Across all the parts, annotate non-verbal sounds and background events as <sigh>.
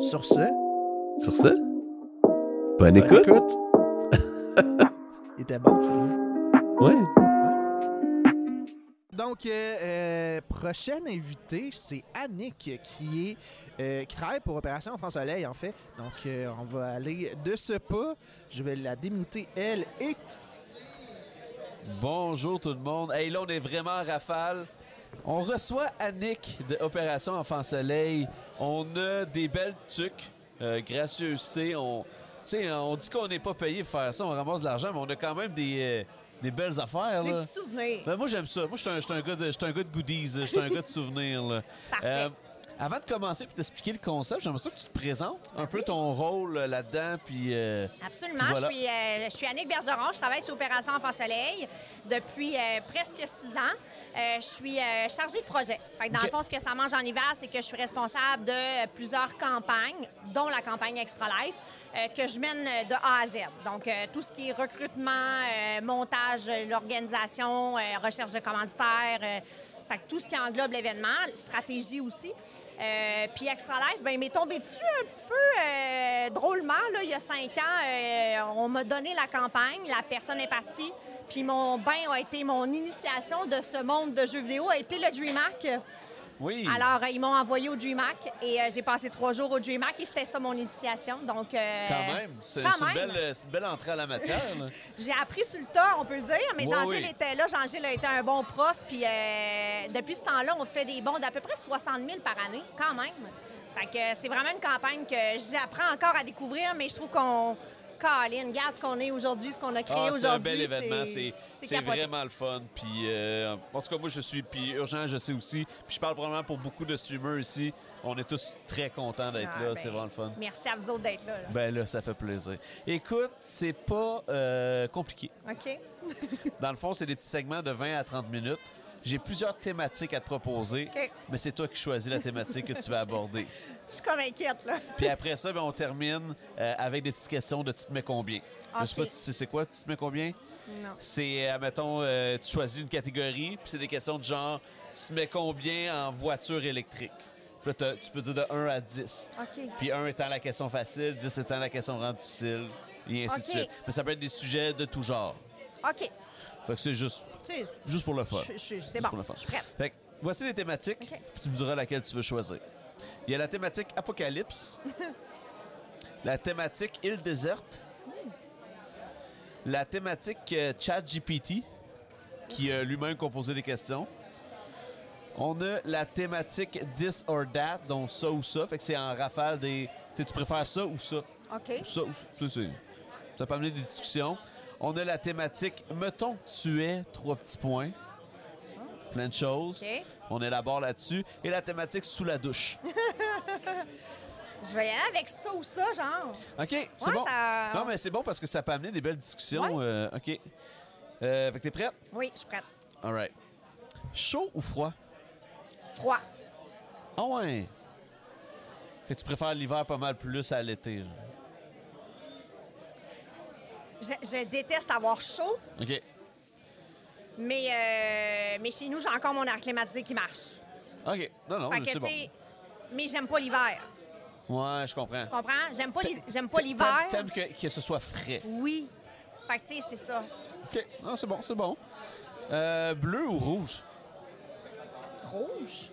Sur ce, Sur ce, bonne écoute. <laughs> Il était bon, hein. celui-là. Ouais. Donc, euh, euh, prochaine invitée, c'est Annick qui est euh, qui travaille pour Opération France Soleil, en fait. Donc, euh, on va aller de ce pas. Je vais la démuter, elle. Et... Bonjour tout le monde. Hey, là, on est vraiment en rafale. On reçoit Annick de Opération Enfant Soleil. On a des belles tuques, euh, gracieuseté. On, tu sais, hein, on dit qu'on n'est pas payé pour faire ça, on ramasse de l'argent, mais on a quand même des, euh, des belles affaires. Des Là. petits souvenirs. Ben, moi, j'aime ça. Moi, je suis un, je suis un gars de- je suis un gars de goodies. Je suis un gars de souvenirs. là. <laughs> Parfait. Euh, avant de commencer et t'expliquer le concept, j'aimerais ça que tu te présentes un peu ton rôle euh, là-dedans. Puis, euh, Absolument. Voilà. Je, suis, euh, je suis Annick Bergeron. Je travaille chez Opération Enfant Soleil depuis euh, presque six ans. Euh, je suis euh, chargée de projet. Fait que dans OK. le fond, ce que ça mange en hiver, c'est que je suis responsable de euh, plusieurs campagnes, dont la campagne Extra Life, euh, que je mène euh, de A à Z. Donc, euh, tout ce qui est recrutement, euh, montage, euh, l'organisation, euh, recherche de commanditaires, euh, fait que tout ce qui englobe l'événement, stratégie aussi. Euh, Puis Extra Life, ben, il m'est tombé dessus un petit peu euh, drôlement. Là, il y a cinq ans, euh, on m'a donné la campagne, la personne est partie. Puis mon bain a été, mon initiation de ce monde de jeux vidéo a été le DreamHack. oui. Alors, euh, ils m'ont envoyé au DreamHack et euh, j'ai passé trois jours au DreamHack et c'était ça mon initiation. Donc, euh, Quand même, c'est quand c'est une, même. belle, euh, c'est une belle entrée à la matière. <laughs> là. J'ai appris sur le tas, on peut le dire, mais Oui, Jean-Gilles oui. était là. Jean-Gilles a été un bon prof. Puis euh, depuis ce temps-là, on fait des bons d'à peu près 60 000 par année, quand même. Fait que euh, c'est vraiment une campagne que j'apprends encore à découvrir, mais je trouve qu'on. Colin, regarde ce qu'on est aujourd'hui, ce qu'on a créé Ah, c'est un aujourd'hui. bel événement, c'est c'est capoté. vraiment le fun. Puis, euh, en tout cas, moi, je suis, puis Urgent, je sais aussi. Puis, je parle probablement pour beaucoup de streamers ici. On est tous très contents d'être Ah, là, ben, c'est vraiment le fun. Merci à vous autres d'être là. là. Ben là, ça fait plaisir. Écoute, c'est pas euh, compliqué. OK? Dans le fond, c'est des petits segments de 20 à 30 minutes. J'ai plusieurs thématiques à te proposer, OK. mais c'est toi qui choisis la thématique que tu vas <laughs> aborder. Je suis comme inquiète, là. Puis après ça, ben, on termine euh, avec des petites questions de tu te mets combien. Je sais Ok. pas, tu sais c'est quoi, tu te mets combien? Non. C'est, euh, mettons, euh, tu choisis une catégorie, puis c'est des questions de genre, tu te mets combien en voiture électrique? Puis là, t'as- tu peux dire de 1 à 10. OK. Puis 1 étant la question facile, 10 étant la question rend difficile, et ainsi de Ok. suite. Mais ça peut être des sujets de tout genre. OK. Fait que c'est juste, Tu sais, juste pour le fun. je- je- c'est Juste bon. pour le fun. Je suis prête. Fait que voici les thématiques, Ok. puis tu me diras laquelle tu veux choisir. Il y a la thématique <laughs> apocalypse, la thématique île déserte, la thématique euh, ChatGPT, qui a lui-même composé des questions. On a la thématique this or that, donc ça ou ça. Fait que c'est en rafale des. Tu sais, tu préfères ça ou ça? OK. Ça, ça, c'est- ça peut amener des discussions. On a la thématique Mettons que tu es, trois petits points. Plein de choses. OK. On élabore là-dessus. Et la thématique Sous la douche. Je vais y aller avec ça ou ça, genre. OK, c'est Ouais, bon. ça- Non, mais c'est bon parce que ça peut amener des belles discussions. Ouais. euh, OK. Euh, fait que t'es prête? Oui, je suis prête. All right. Chaud ou froid? Froid. Ah ouais. Fait que tu préfères l'hiver pas mal plus à l'été. genre. Je, je déteste avoir chaud, OK. mais, euh, mais chez nous, j'ai encore mon air climatisé qui marche. OK. Non, non, Fait mais que, Ah, c'est bon. tu sais, mais j'aime pas l'hiver. Ouais, je comprends. Tu comprends? J'aime pas, les- j'aime pas l'hiver. T'aimes que, que ce soit frais. Oui. Fait que, tu sais, c'est ça. OK. Non, c'est bon, c'est bon. Euh, bleu ou rouge? Rouge?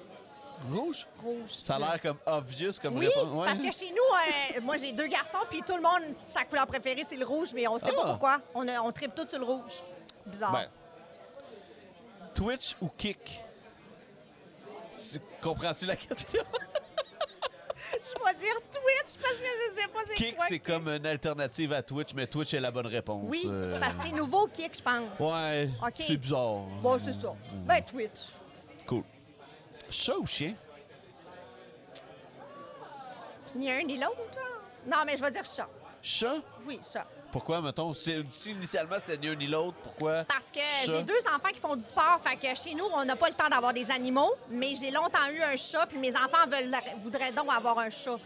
Rouge? Rouge. Ça a l'air comme obvious comme Oui, réponse. Ouais. parce que chez nous, euh, moi, j'ai deux garçons, puis tout le monde, sa couleur préférée, c'est le rouge, mais on sait Ah. pas pourquoi. On, a- on tripe tout sur le rouge. Bizarre. Ben. Twitch ou kick? C'est- Comprends-tu la <laughs> question? <laughs> Je vais dire Twitch parce que je sais pas c'est kick, quoi. c'est comme une alternative à Twitch, mais Twitch est la bonne réponse. Oui, Euh, parce que c'est nouveau Kick, je pense. Ouais, Ok. c'est bizarre. Bon, c'est ça. Ben, Twitch. Cool. Chat ou chien? Ni un ni l'autre, genre. Non, mais je vais dire chat. Chat? Oui, chat. Pourquoi, mettons? Si, si initialement c'était ni un ni l'autre, pourquoi? Parce que Chat. j'ai deux enfants qui font du sport, fait que chez nous, on n'a pas le temps d'avoir des animaux, mais j'ai longtemps eu un chat, puis mes enfants veulent, voudraient donc avoir un chat.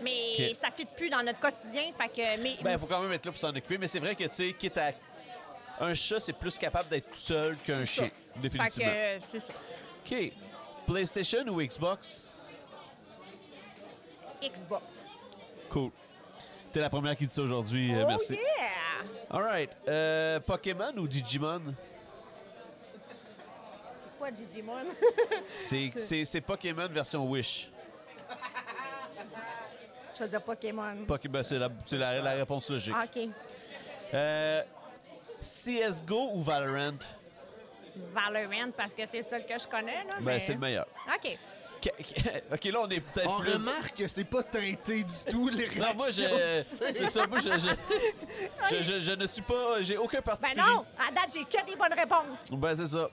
Mais Ok. ça fit plus dans notre quotidien, fait que... Mais, Ben, il faut quand même être là pour s'en occuper, mais c'est vrai que, tu sais, quitte à. Un chat, c'est plus capable d'être tout seul qu'un chien, fait que, définitivement. euh, c'est ça. OK. PlayStation ou Xbox? Xbox. Cool. T'es la première qui dit ça aujourd'hui. euh, Oh merci. yeah! All right. Euh, Pokémon ou Digimon? C'est quoi Digimon? <laughs> C'est- C'est c'est Pokémon version Wish. Je veux dire Pokémon. Pokémon, ben, c'est la, c'est la- la réponse logique. Ah, OK. Euh, CSGO ou Valorant? Valorant, parce que c'est ça que je connais. Là, Ben, mais... c'est le meilleur. OK. Qu- qu- OK, là, on est peut-être On plus... remarque que c'est pas teinté du tout, les Non, moi, réactions. je... C'est ça, moi, je... Je, <laughs> je- je- je ne suis pas... J'ai aucun parti Ben pris. non! À date, j'ai que des bonnes réponses. Ben, c'est ça.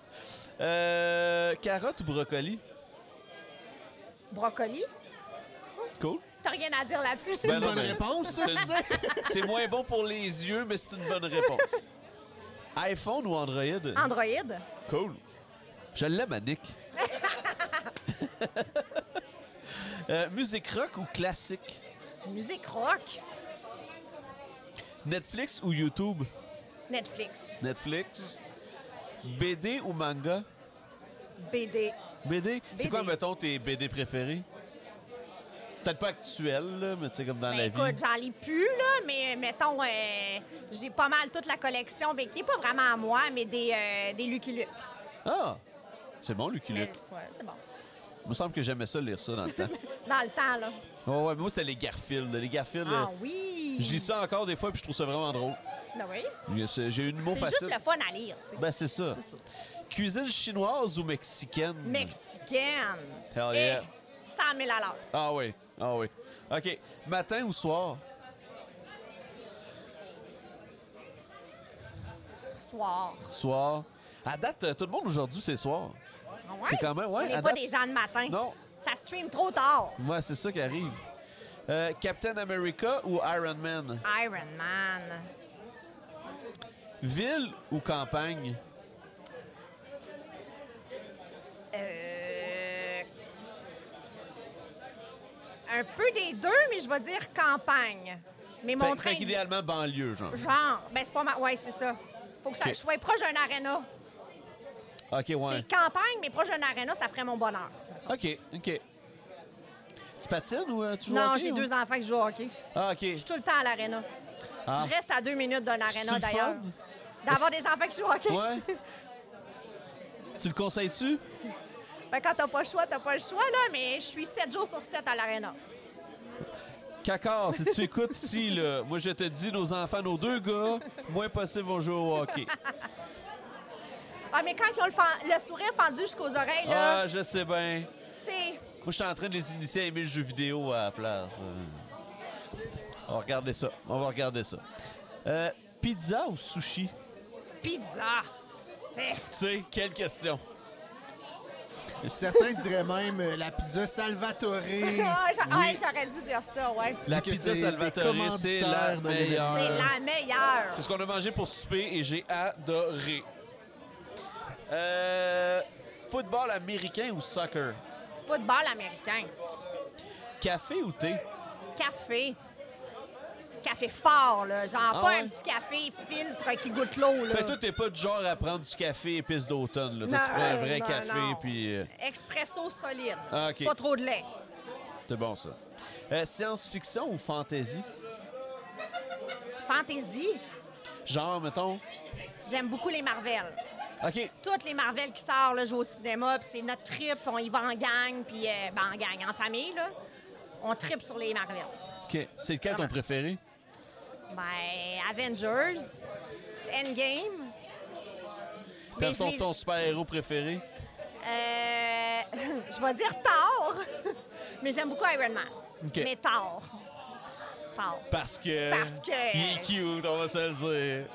<laughs> euh, carotte ou brocoli? Brocoli? Cool. T'as rien à dire là-dessus? C'est Ben une non, bonne mais- réponse, ça, tu sais. <laughs> C'est- C'est moins bon pour les yeux, mais c'est une bonne réponse. iPhone ou Android? Android? Cool. Je l'aime à <laughs> Nick. Euh, musique rock ou classique? Musique rock? Netflix ou YouTube? Netflix? Netflix. BD ou manga? BD? BD? C'est BD. quoi, mettons, tes BD préférés? Peut-être pas actuel, là, mais tu sais, comme dans Ben, la vie. écoute, j'en lis plus, là, mais mettons, euh, j'ai pas mal toute la collection, mais qui est pas vraiment à moi, mais des, euh, des Lucky Luke. Ah! C'est bon, Lucky Mais, Luke. ouais, c'est bon. Il me semble que j'aimais ça lire ça dans le <laughs> temps. Dans le temps, là. Oh, ouais, mais moi, c'était les Garfield. Les Garfield, Ah euh, oui! je lis ça encore des fois puis je trouve ça vraiment drôle. Ben oui. J'ai j'ai une humour C'est juste facile. le fun à lire, tu sais. Ben, c'est ça. Cuisine chinoise ou mexicaine? Mexicaine. Hell Eh, Hmm. Oh, yeah. 100 000 à l'heure. Ah oui, ah oui. OK. Matin ou soir? Soir. Soir. À date, euh, tout le monde aujourd'hui, c'est soir. Ah ouais? C'est quand même- ouais, On n'est à pas date- des gens de matin. Non. Ça stream trop tard. Ouais, c'est ça qui arrive. Euh, Captain America ou Iron Man? Iron Man. Ville ou campagne? Euh, Un peu des deux, mais je vais dire campagne. Mais mon Fait, train. fait idéalement banlieue, genre. Genre. Ben, c'est pas mal. Ouais, c'est ça. Faut que ça Ok. je sois proche d'un aréna. OK, ouais. C'est campagne, mais proche d'un aréna, ça ferait mon bonheur. OK, OK. Tu patines ou euh, tu joues au non, hockey, j'ai ou- deux enfants qui jouent au hockey. Ah, OK. Je suis tout le temps à l'aréna. Ah. Je reste à deux minutes d'un C'est-tu le aréna, d'ailleurs. fun? D'avoir des enfants qui jouent au hockey. <laughs> Ouais. tu le conseilles-tu? Ben, quand t'as pas le choix, t'as pas le choix, là, mais je suis 7 jours sur 7 à l'aréna. Cacard, si tu écoutes ici, là, moi je te dis, nos enfants, nos deux gars, moins possible vont jouer au <laughs> hockey. Ah, mais quand ils ont le, fen- le sourire fendu jusqu'aux oreilles, là, Ah, je sais bien. tu sais, Moi, je suis en train de les initier à aimer le jeu vidéo à la place. Euh, On va regarder ça. On va regarder ça. Euh, pizza ou sushi? pizza. Tu sais, Tu sais, quelle question. Certains diraient même euh, la pizza Salvatore. <laughs> <laughs> ah, j'a- ouais, j'aurais dû dire ça, ouais. La Que pizza c'est Salvatore, c'est la commanditaire de l'événement. C'est meilleure. la meilleure. Euh, C'est ce qu'on a mangé pour souper et j'ai adoré. Euh, football américain ou soccer? Football américain. Café ou thé? Euh. Café. Café fort, là. Genre Ah pas ouais? un petit café filtre qui goûte l'eau, là. Fait que toi, t'es pas du genre à prendre du café épice d'automne. Là. Toi, Non, tu prends un vrai non, café, non. puis euh, Expresso solide. Ah, OK. Pas trop de lait. c'est bon ça. Euh, science-fiction ou fantasy? Fantasy. Genre, mettons. J'aime beaucoup les Marvel. OK, toutes les Marvel qui sortent, là, je vais au cinéma, puis c'est notre trip, on y va en gang, puis euh, ben, en gang, en famille, là. On tripe sur les Marvel. OK. C'est lequel ton préféré? Ben, Avengers, Endgame. Mais Puis je ton, les- ton super-héros préféré? Euh, <laughs> je vais dire Thor, <laughs> mais j'aime beaucoup Iron Man. OK. Mais Thor. Thor. Parce que... Parce que- Il est cute, on va se le dire.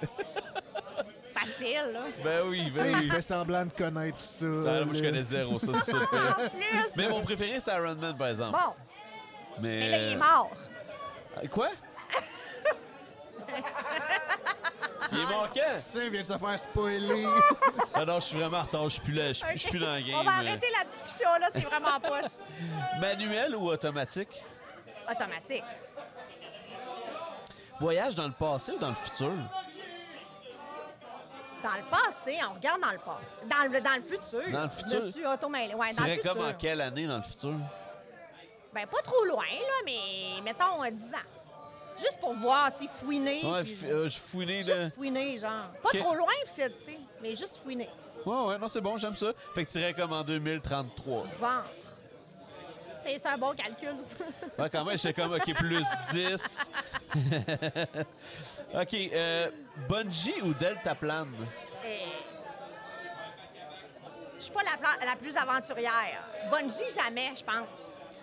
Facile, <laughs> là. Ben oui, ben Il oui. fait semblant de connaître ça. Ah, là, moi, là. je connais zéro, ça, c'est ça. <laughs> En plus! Mais mon préféré, c'est Iron Man, par exemple. Bon, Mais... mais là, Eh ben, il est mort. Euh, Quoi? <laughs> il est mort quand? Ça, il vient de se faire spoiler. <laughs> Ah non, je suis vraiment en retard, je suis plus là, je suis je suis OK. plus dans le game. euh. On va arrêter la discussion, là, c'est vraiment poche. <laughs> Manuel ou automatique? Automatique. Voyage dans le passé ou dans le futur? Dans le passé, on regarde dans le passé. Dans le, dans le futur. Dans le futur. Je suis automêlée. Ouais, Tu dans le serais futur. comme en quelle année dans le futur? Ben, pas trop loin, là, mais mettons euh, 10 ans. Juste pour voir, tu sais, fouiner. Ouais, puis- f- euh, je fouinais là. Juste fouiner, genre. Pas Ok. trop loin, parce que, tu sais, mais juste fouiner. Ouais, ouais, non, c'est bon, j'aime ça. Fait que tu irais comme en 2033. Vendre. C'est c'est un bon calcul, ça. <laughs> Ouais, quand même, j'étais comme, OK, plus 10. <laughs> OK, euh, Bungie ou Deltaplan? Et- Je suis pas la, pla- la plus aventurière. Bungie, jamais, je pense.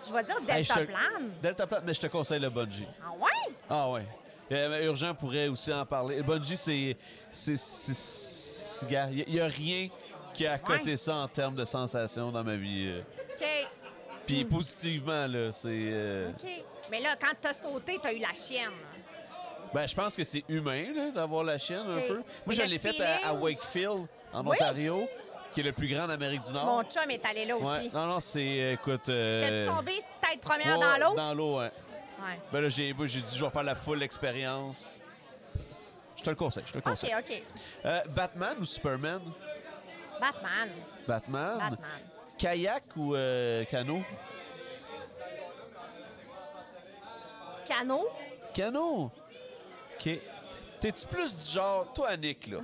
Je vais dire Hey, je te- Deltaplan. Deltaplan, mais je te conseille le Bungie. Ah ouais? Ah ouais. Euh, mais Urgent pourrait aussi en parler. Bungie, c'est... c'est- c'est- c'est- gars, Il n'y a rien qui a coté ça en termes de sensations dans ma vie. euh. OK, Puis Hmm. positivement, là, c'est... euh, OK. Mais là, quand t'as sauté, t'as eu la chienne. Ben, je pense que c'est humain là, d'avoir la chienne Ok. un peu. Moi, je Le l'ai faite feeling. à, à Wakefield, en Oui. Ontario, qui est le plus grand d'Amérique du Nord. Mon chum est allé là aussi. Ah. Ouais. Non, non, c'est. euh, Écoute. T'as-tu euh, tombé tête première ouais, dans l'eau? Dans l'eau, ouais. Ouais. Ben là, j'ai moi, j'ai dit, je vais faire la full expérience. Je te le conseille, je te le OK, conseille. OK. Euh, Batman ou Superman? Batman. Batman. Batman. Kayak ou euh, canot? Canot. Canot! OK. T'es-tu plus du genre... Toi, Annick, <laughs> là.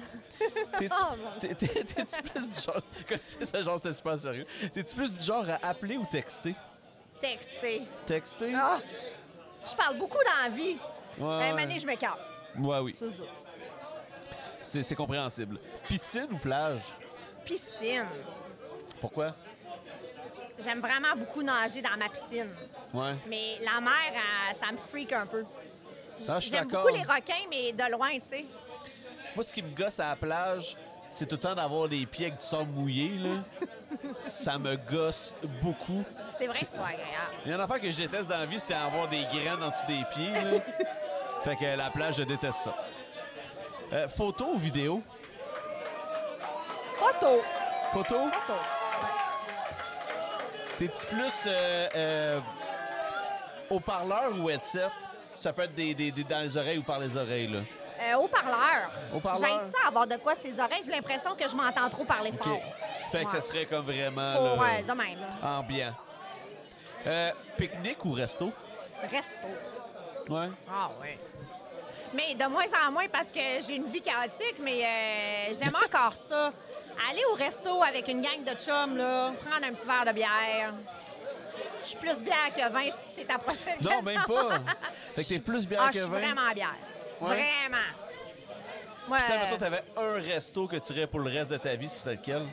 T'es-tu Oh, mon t'es- t'es- t'es-tu plus du genre... <laughs> Comme si ça, genre, c'était super sérieux. T'es-tu plus du genre à appeler ou texter? Texté. Texter? Ah! Je parle beaucoup dans la vie. Ben, Ouais, Un ouais. année, je m'écarte. Ouais, oui. C'est ça. C'est c'est compréhensible. Piscine ou plage? Piscine. Pourquoi? J'aime vraiment beaucoup nager dans ma piscine. Ouais. Mais la mer, elle, ça me freak un peu. Ah, je suis J'aime d'accord. beaucoup les requins, mais de loin, tu sais. Moi, ce qui me gosse à la plage, c'est tout le temps d'avoir les pieds avec du sable mouillé, <laughs> là. ça me gosse beaucoup. C'est vrai que c'est pas agréable. Il y a une affaire que je déteste dans la vie, c'est avoir des graines en dessous des pieds. là. fait que la plage, je déteste ça. Euh, photo ou vidéo? Photo. Photo? Photo. T'es-tu plus euh, euh, haut-parleur ou headset? Ça peut être des, des- des- dans les oreilles ou par les oreilles, là. Euh, haut-parleur. Haut-parleur. J'aime ça avoir de quoi ses oreilles. J'ai l'impression que je m'entends trop parler OK. fort. Fait que ça Ouais. serait comme vraiment Pour, là, euh, de même, là. ambiant. Euh, Pique-nique ou resto? Resto. Ouais. Ah oui. Mais de moins en moins parce que j'ai une vie chaotique, mais euh, j'aime encore ça. Aller au resto avec une gang de chums, là, prendre un petit verre de bière. Je suis plus bière que vin si c'est ta prochaine Non, question. même <laughs> pas. Fait que t'es plus bière ah, que je suis vin. vraiment bière. Ouais. Vraiment. Moi, Si, euh, mettons, t'avais un resto que tu irais pour le reste de ta vie, ce serait lequel?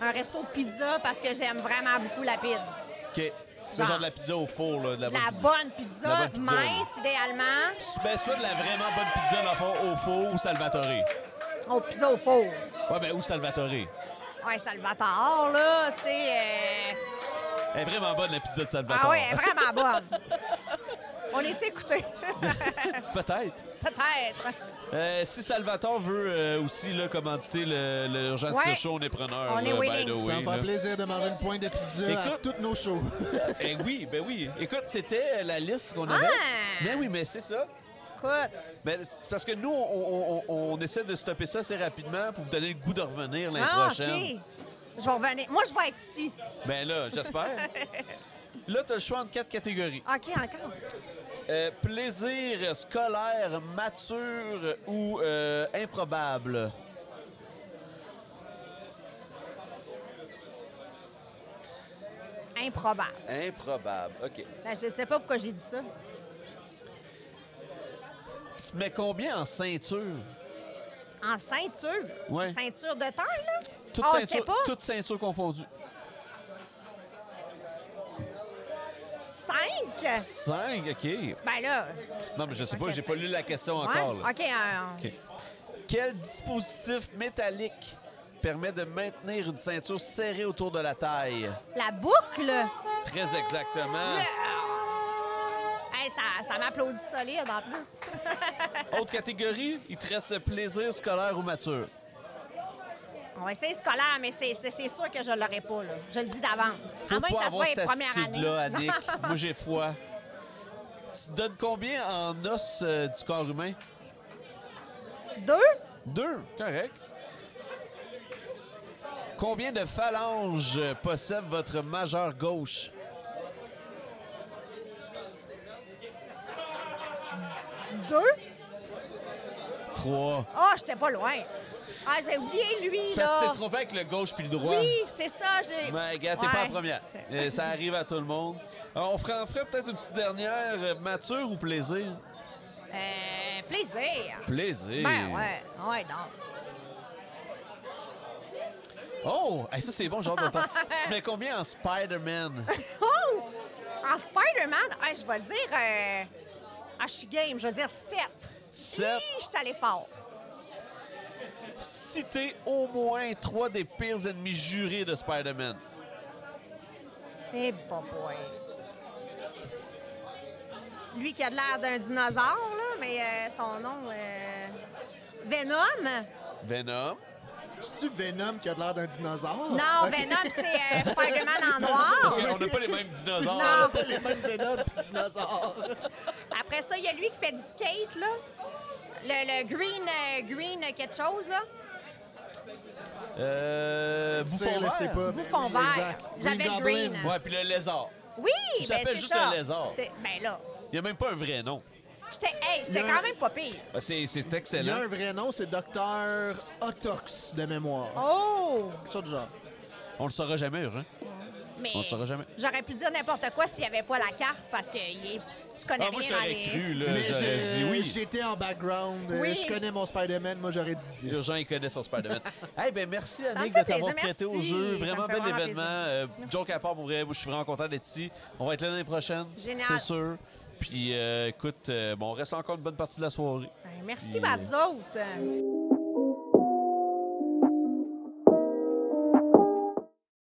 un resto de pizza parce que j'aime vraiment beaucoup la pizza. OK. Le Genre- Genre de la pizza au four, là, de la bonne La pizza. bonne pizza, La bonne pizza, mince, idéalement, Ben, soit de la vraiment bonne pizza, dans le fond, au four ou Salvatore. au pizza au four. Ouais, ben, ou Salvatore. Ouais, Salvatore, là, tu sais... euh, Elle est vraiment bonne, la pizza de Ah Salvatore. oui, vraiment bonne. <laughs> On est écoutés, <laughs> <laughs> Peut-être. peut-être. Euh, si Salvatore veut euh, aussi là, commanditer le, le urgent Ouais. de tir chaud, on est preneur. On là, est by willing. the way, Ça Ça va me là. faire plaisir de manger une pointe de pizza à Écoute- toutes nos shows. <laughs> Eh oui, ben oui. Écoute, c'était euh, la liste qu'on Ah! avait. Mais oui, mais c'est ça. Écoute, Ben, c'est parce que nous, on, on- on- on essaie de stopper ça assez rapidement pour vous donner le goût de revenir l'année ah, OK. prochaine. Je vais revenir. Moi, je vais être ici. Ben là, j'espère. là, t'as le choix entre quatre catégories. OK, encore. Euh, plaisir scolaire, mature ou euh, improbable? Improbable. Improbable, OK. Ben, Je sais pas pourquoi j'ai dit ça. Tu te mets combien en ceinture? En ceinture. Ouais. Ceinture de taille, là. Toute On ceinture, sait Ah, pas. Toute ceinture confondue. Cinq. Cinq, OK. Ben là. Non, mais je sais pas, Ok, j'ai cinq. pas lu la question ouais. encore. là. OK. euh, OK. Quel dispositif métallique permet de maintenir une ceinture serrée autour de la taille? La boucle. Très exactement. Hey, ça ça m'applaudit solide, en plus. Autre catégorie, il te reste plaisir scolaire ou mature. On va essayer scolaire, mais c'est c'est- c'est sûr que je l'aurai pas, là. Je le dis d'avance. Faut moins que pas ça avoir soit cette les premières années. attitude-là, Annick. <laughs> Moi, j'ai foi. Tu te donnes combien en os euh, du corps humain? Deux? Deux, correct. euh, Combien de phalanges possède votre majeur gauche? 3. Ah, j'étais pas loin. Ah, j'ai oublié lui, C'est parce que tu là. t'es trompé avec le gauche puis le droit. Oui, c'est ça. J'ai... Mais gars, t'es pas la Ouais. première. Euh, ça arrive à tout le monde. Alors, on ferait, on ferait peut-être une petite dernière, euh, mature ou plaisir? Euh, plaisir. Plaisir. Ben ouais, ouais, donc. Oh! Hey, ça, c'est bon, genre <laughs> d'entendre. tu te mets combien en Spider-Man? Oh! En Spider-Man, ah, je vais dire... euh, Ah, je suis game, je vais dire 7. Sept. Je suis allé fort. si t'es au moins trois des pires ennemis jurés de Spider-Man. Eh, bon boy. Lui qui a de l'air d'un dinosaure, là, mais euh, son nom... euh, Venom? Venom. C'est Venom qui a de l'air d'un dinosaure. <laughs> Non, Ok. Venom, c'est euh, Spider-Man en noir. Parce qu'on n'a pas les mêmes Ah, C'est dinosaures. ça, Non. pas <laughs> les mêmes Venom pis dinosaures. Après ça, il y a lui qui fait du skate, là. Le, le green, euh, green quelque chose, là. Euh. Bouffon là, c'est vert. pas. Bouffon oui, vert. exact. J'avais Green green. Goblin. Ouais, puis le lézard. Oui, Il ben, s'appelle c'est juste ça. le lézard. C'est- Ben là, Il n'y a même pas un vrai nom. j'étais hey, j'étais Il y a- quand même pas pire. Ah, C'est c'est Il y a excellent. un vrai nom, c'est Docteur Otox de mémoire. Oh! Quelque chose du genre. On le saura jamais, hein. Urgent. Mais On le saura jamais. J'aurais pu dire n'importe quoi s'il n'y avait pas la carte parce que il est- tu Ah, connais rien moi, je dans t'aurais les- cru, là. Mais Euh, J'aurais j'ai- dit oui. j'étais en background. euh, Oui. Je connais mon Spider-Man, moi j'aurais dit 10. Urgent, il connaît <laughs> son Spider-Man. hey, ben merci, Annick, fait de t'avoir plaisir, prêté au merci. jeu. Ça me Vraiment fait bel vraiment événement. Euh, joke à part, pour vrai, moi, je suis vraiment content d'être ici. On va être là l'année prochaine. Génial. C'est sûr. Puis, euh, écoute, euh, bon, on reste encore une bonne partie de la soirée. Ben, Merci, bah, vous autres.